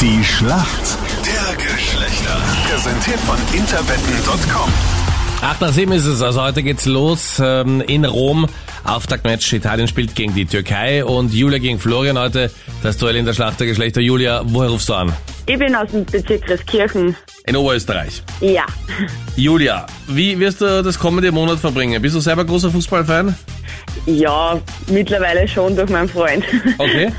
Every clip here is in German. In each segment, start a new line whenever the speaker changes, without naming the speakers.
Die Schlacht der Geschlechter. Präsentiert von interwetten.com.
8 nach 7 ist es, also heute geht's los ähm, in Rom. Auftaktmatch, Italien spielt gegen die Türkei und Julia gegen Florian heute. Das Duell in der Schlacht der Geschlechter. Julia, woher rufst du an?
Ich bin aus dem Bezirk Christkirchen.
In Oberösterreich.
Ja.
Julia, wie wirst du das kommende Monat verbringen? Bist du selber großer Fußballfan?
Ja, mittlerweile schon durch meinen Freund.
Okay.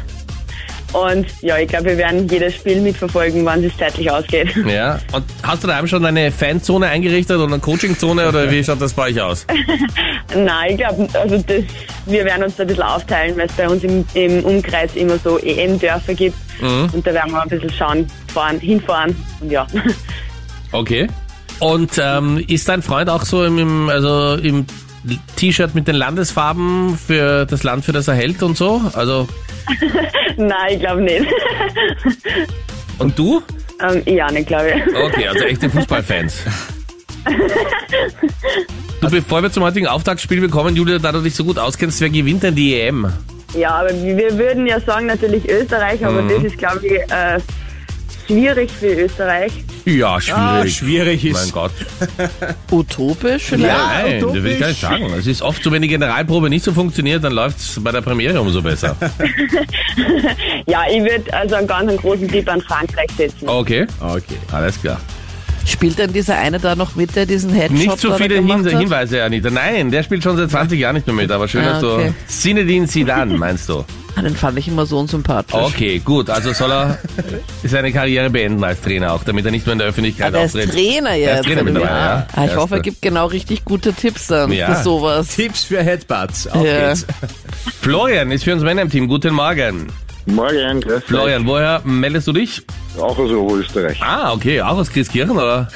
Und ja, ich glaube, wir werden jedes Spiel mitverfolgen, wann es zeitlich ausgeht.
Ja. Und hast du daheim schon eine Fanzone eingerichtet und eine Coachingzone oder wie schaut das bei euch aus?
Nein, ich glaube, also das, wir werden uns da ein bisschen aufteilen, weil es bei uns im, im Umkreis immer so EM-Dörfer gibt.
Mhm.
Und da werden wir ein bisschen schauen, fahren, hinfahren. Und ja,
Okay. Und ähm, ist dein Freund auch so im, im also im T-Shirt mit den Landesfarben für das Land, für das er hält und so? Also
nein, ich glaube nicht.
und du?
Ähm, ich auch nicht, glaube ich.
Okay, also echte Fußballfans. Du, bevor wir zum heutigen Auftaktspiel kommen, Julia, da du dich so gut auskennst, wer gewinnt denn die E EM?
Ja, aber wir würden ja sagen, natürlich Österreich, aber
Mhm.
das ist, glaube ich, äh, schwierig für Österreich.
Ja,
Ah,
schwierig.
schwierig
mein
ist.
Gott.
Utopisch vielleicht?
Nein, das will ich gar nicht
utopisch.
sagen. Es ist oft so, wenn die Generalprobe nicht so funktioniert, dann läuft's bei der Premiere umso besser.
Ja, ich würde also einen ganz großen Tipp an Frankreich setzen.
Okay,
Okay.
alles klar.
Spielt denn dieser eine da noch mit, der diesen Headshot
Nicht so
da
viele
gemacht
Hin
hat?
Hinweise, Anita. Nein, der spielt schon seit 20 Jahren nicht mehr mit, aber schön,
Ah,
dass
okay.
du... Zinedine Zidane, meinst du?
Ah, Den fand ich immer so unsympathisch.
Okay, gut. Also soll er seine Karriere beenden als Trainer auch, damit er nicht mehr in der Öffentlichkeit
Ah, Der ist
auftritt.
Trainer jetzt.
Er ist Trainer mittlerweile, ja.
Ah, ich
Er ist
hoffe,
der-
er gibt genau richtig gute Tipps dann
Ja.
für sowas.
Tipps für Headbutts. Auf
Ja.
geht's.
Florian ist für uns Männer im Team. Guten Morgen.
Morgen, grüß euch.
Florian, woher meldest du dich?
Auch aus Oberösterreich.
Ah, okay, auch aus Christkirchen, oder?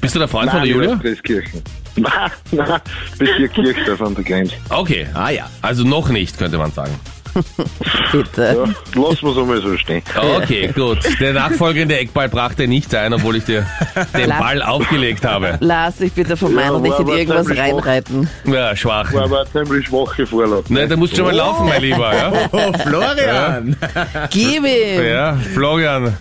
Bist du der Freund von der Julia?
Christkirchen. Nein, nein, Bezirk Kirchdorf an der Grenze.
Okay.
Ah ja.
Also noch nicht, könnte man sagen.
Ja,
Bitte.
lassen wir es einmal so stehen.
Okay, gut. Der nachfolgende Eckball brachte nicht ein, obwohl ich dir den
Lass-
Ball aufgelegt habe.
Lass dich bitte von
Ja,
meiner nicht
war
in
aber
irgendwas
ziemlich schwach.
reinreiten.
Ja, schwach.
War aber eine ziemlich schwache Vorlage.
Ne, da musst du
Oh.
schon mal laufen, mein Lieber. Ja?
Oh, Florian.
Gib ihm!
ja, Florian.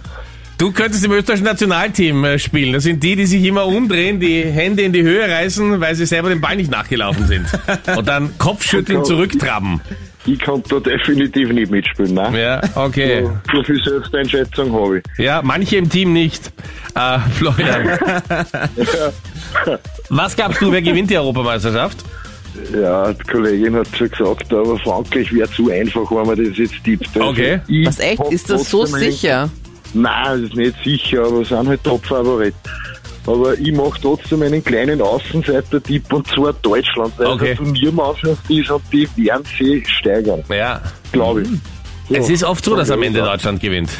Du könntest im österreichischen Nationalteam äh, spielen. Das sind die, die sich immer umdrehen, die Hände in die Höhe reißen, weil sie selber dem Ball nicht nachgelaufen sind. Und dann Kopfschütteln zurücktraben.
Ich kann da definitiv nicht mitspielen, nein.
Ja, okay.
So, so viel Selbsteinschätzung habe ich.
Ja, manche im Team nicht. Äh, Florian. Was gabst du, wer gewinnt die Europameisterschaft?
Ja, die Kollegin hat schon gesagt, aber Frankreich wäre zu einfach, wenn man das jetzt tippt. Also
Okay.
ich
Was echt?
hab
Ist das so
trotzdem ein-
sicher?
Nein, das ist nicht sicher, aber sind halt Top-Favorit. Aber ich mache trotzdem einen kleinen Außenseiter-Tipp und zwar Deutschland, weil
Okay.
okay. der Turniermannschaft ist und die werden sie steigern,
Ja,
glaube ich. So.
es ist oft so, dass am Ende Deutschland gewinnt.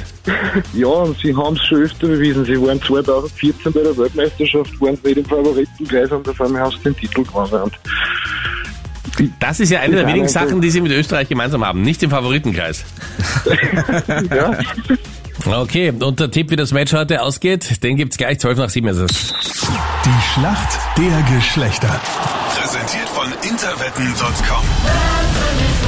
Ja, und sie haben es schon öfter bewiesen. Sie waren 2014 bei der Weltmeisterschaft, waren nicht im Favoritenkreis und auf einmal haben sie den Titel gewonnen. Und
Das ist ja eine der wenigen Sachen, die sie mit Österreich gemeinsam haben. Nicht im Favoritenkreis.
Ja.
Okay, und der Tipp, wie das Match heute ausgeht, den gibt's gleich. 12 nach 7 ist es.
Die Schlacht der Geschlechter. Präsentiert von interwetten.com.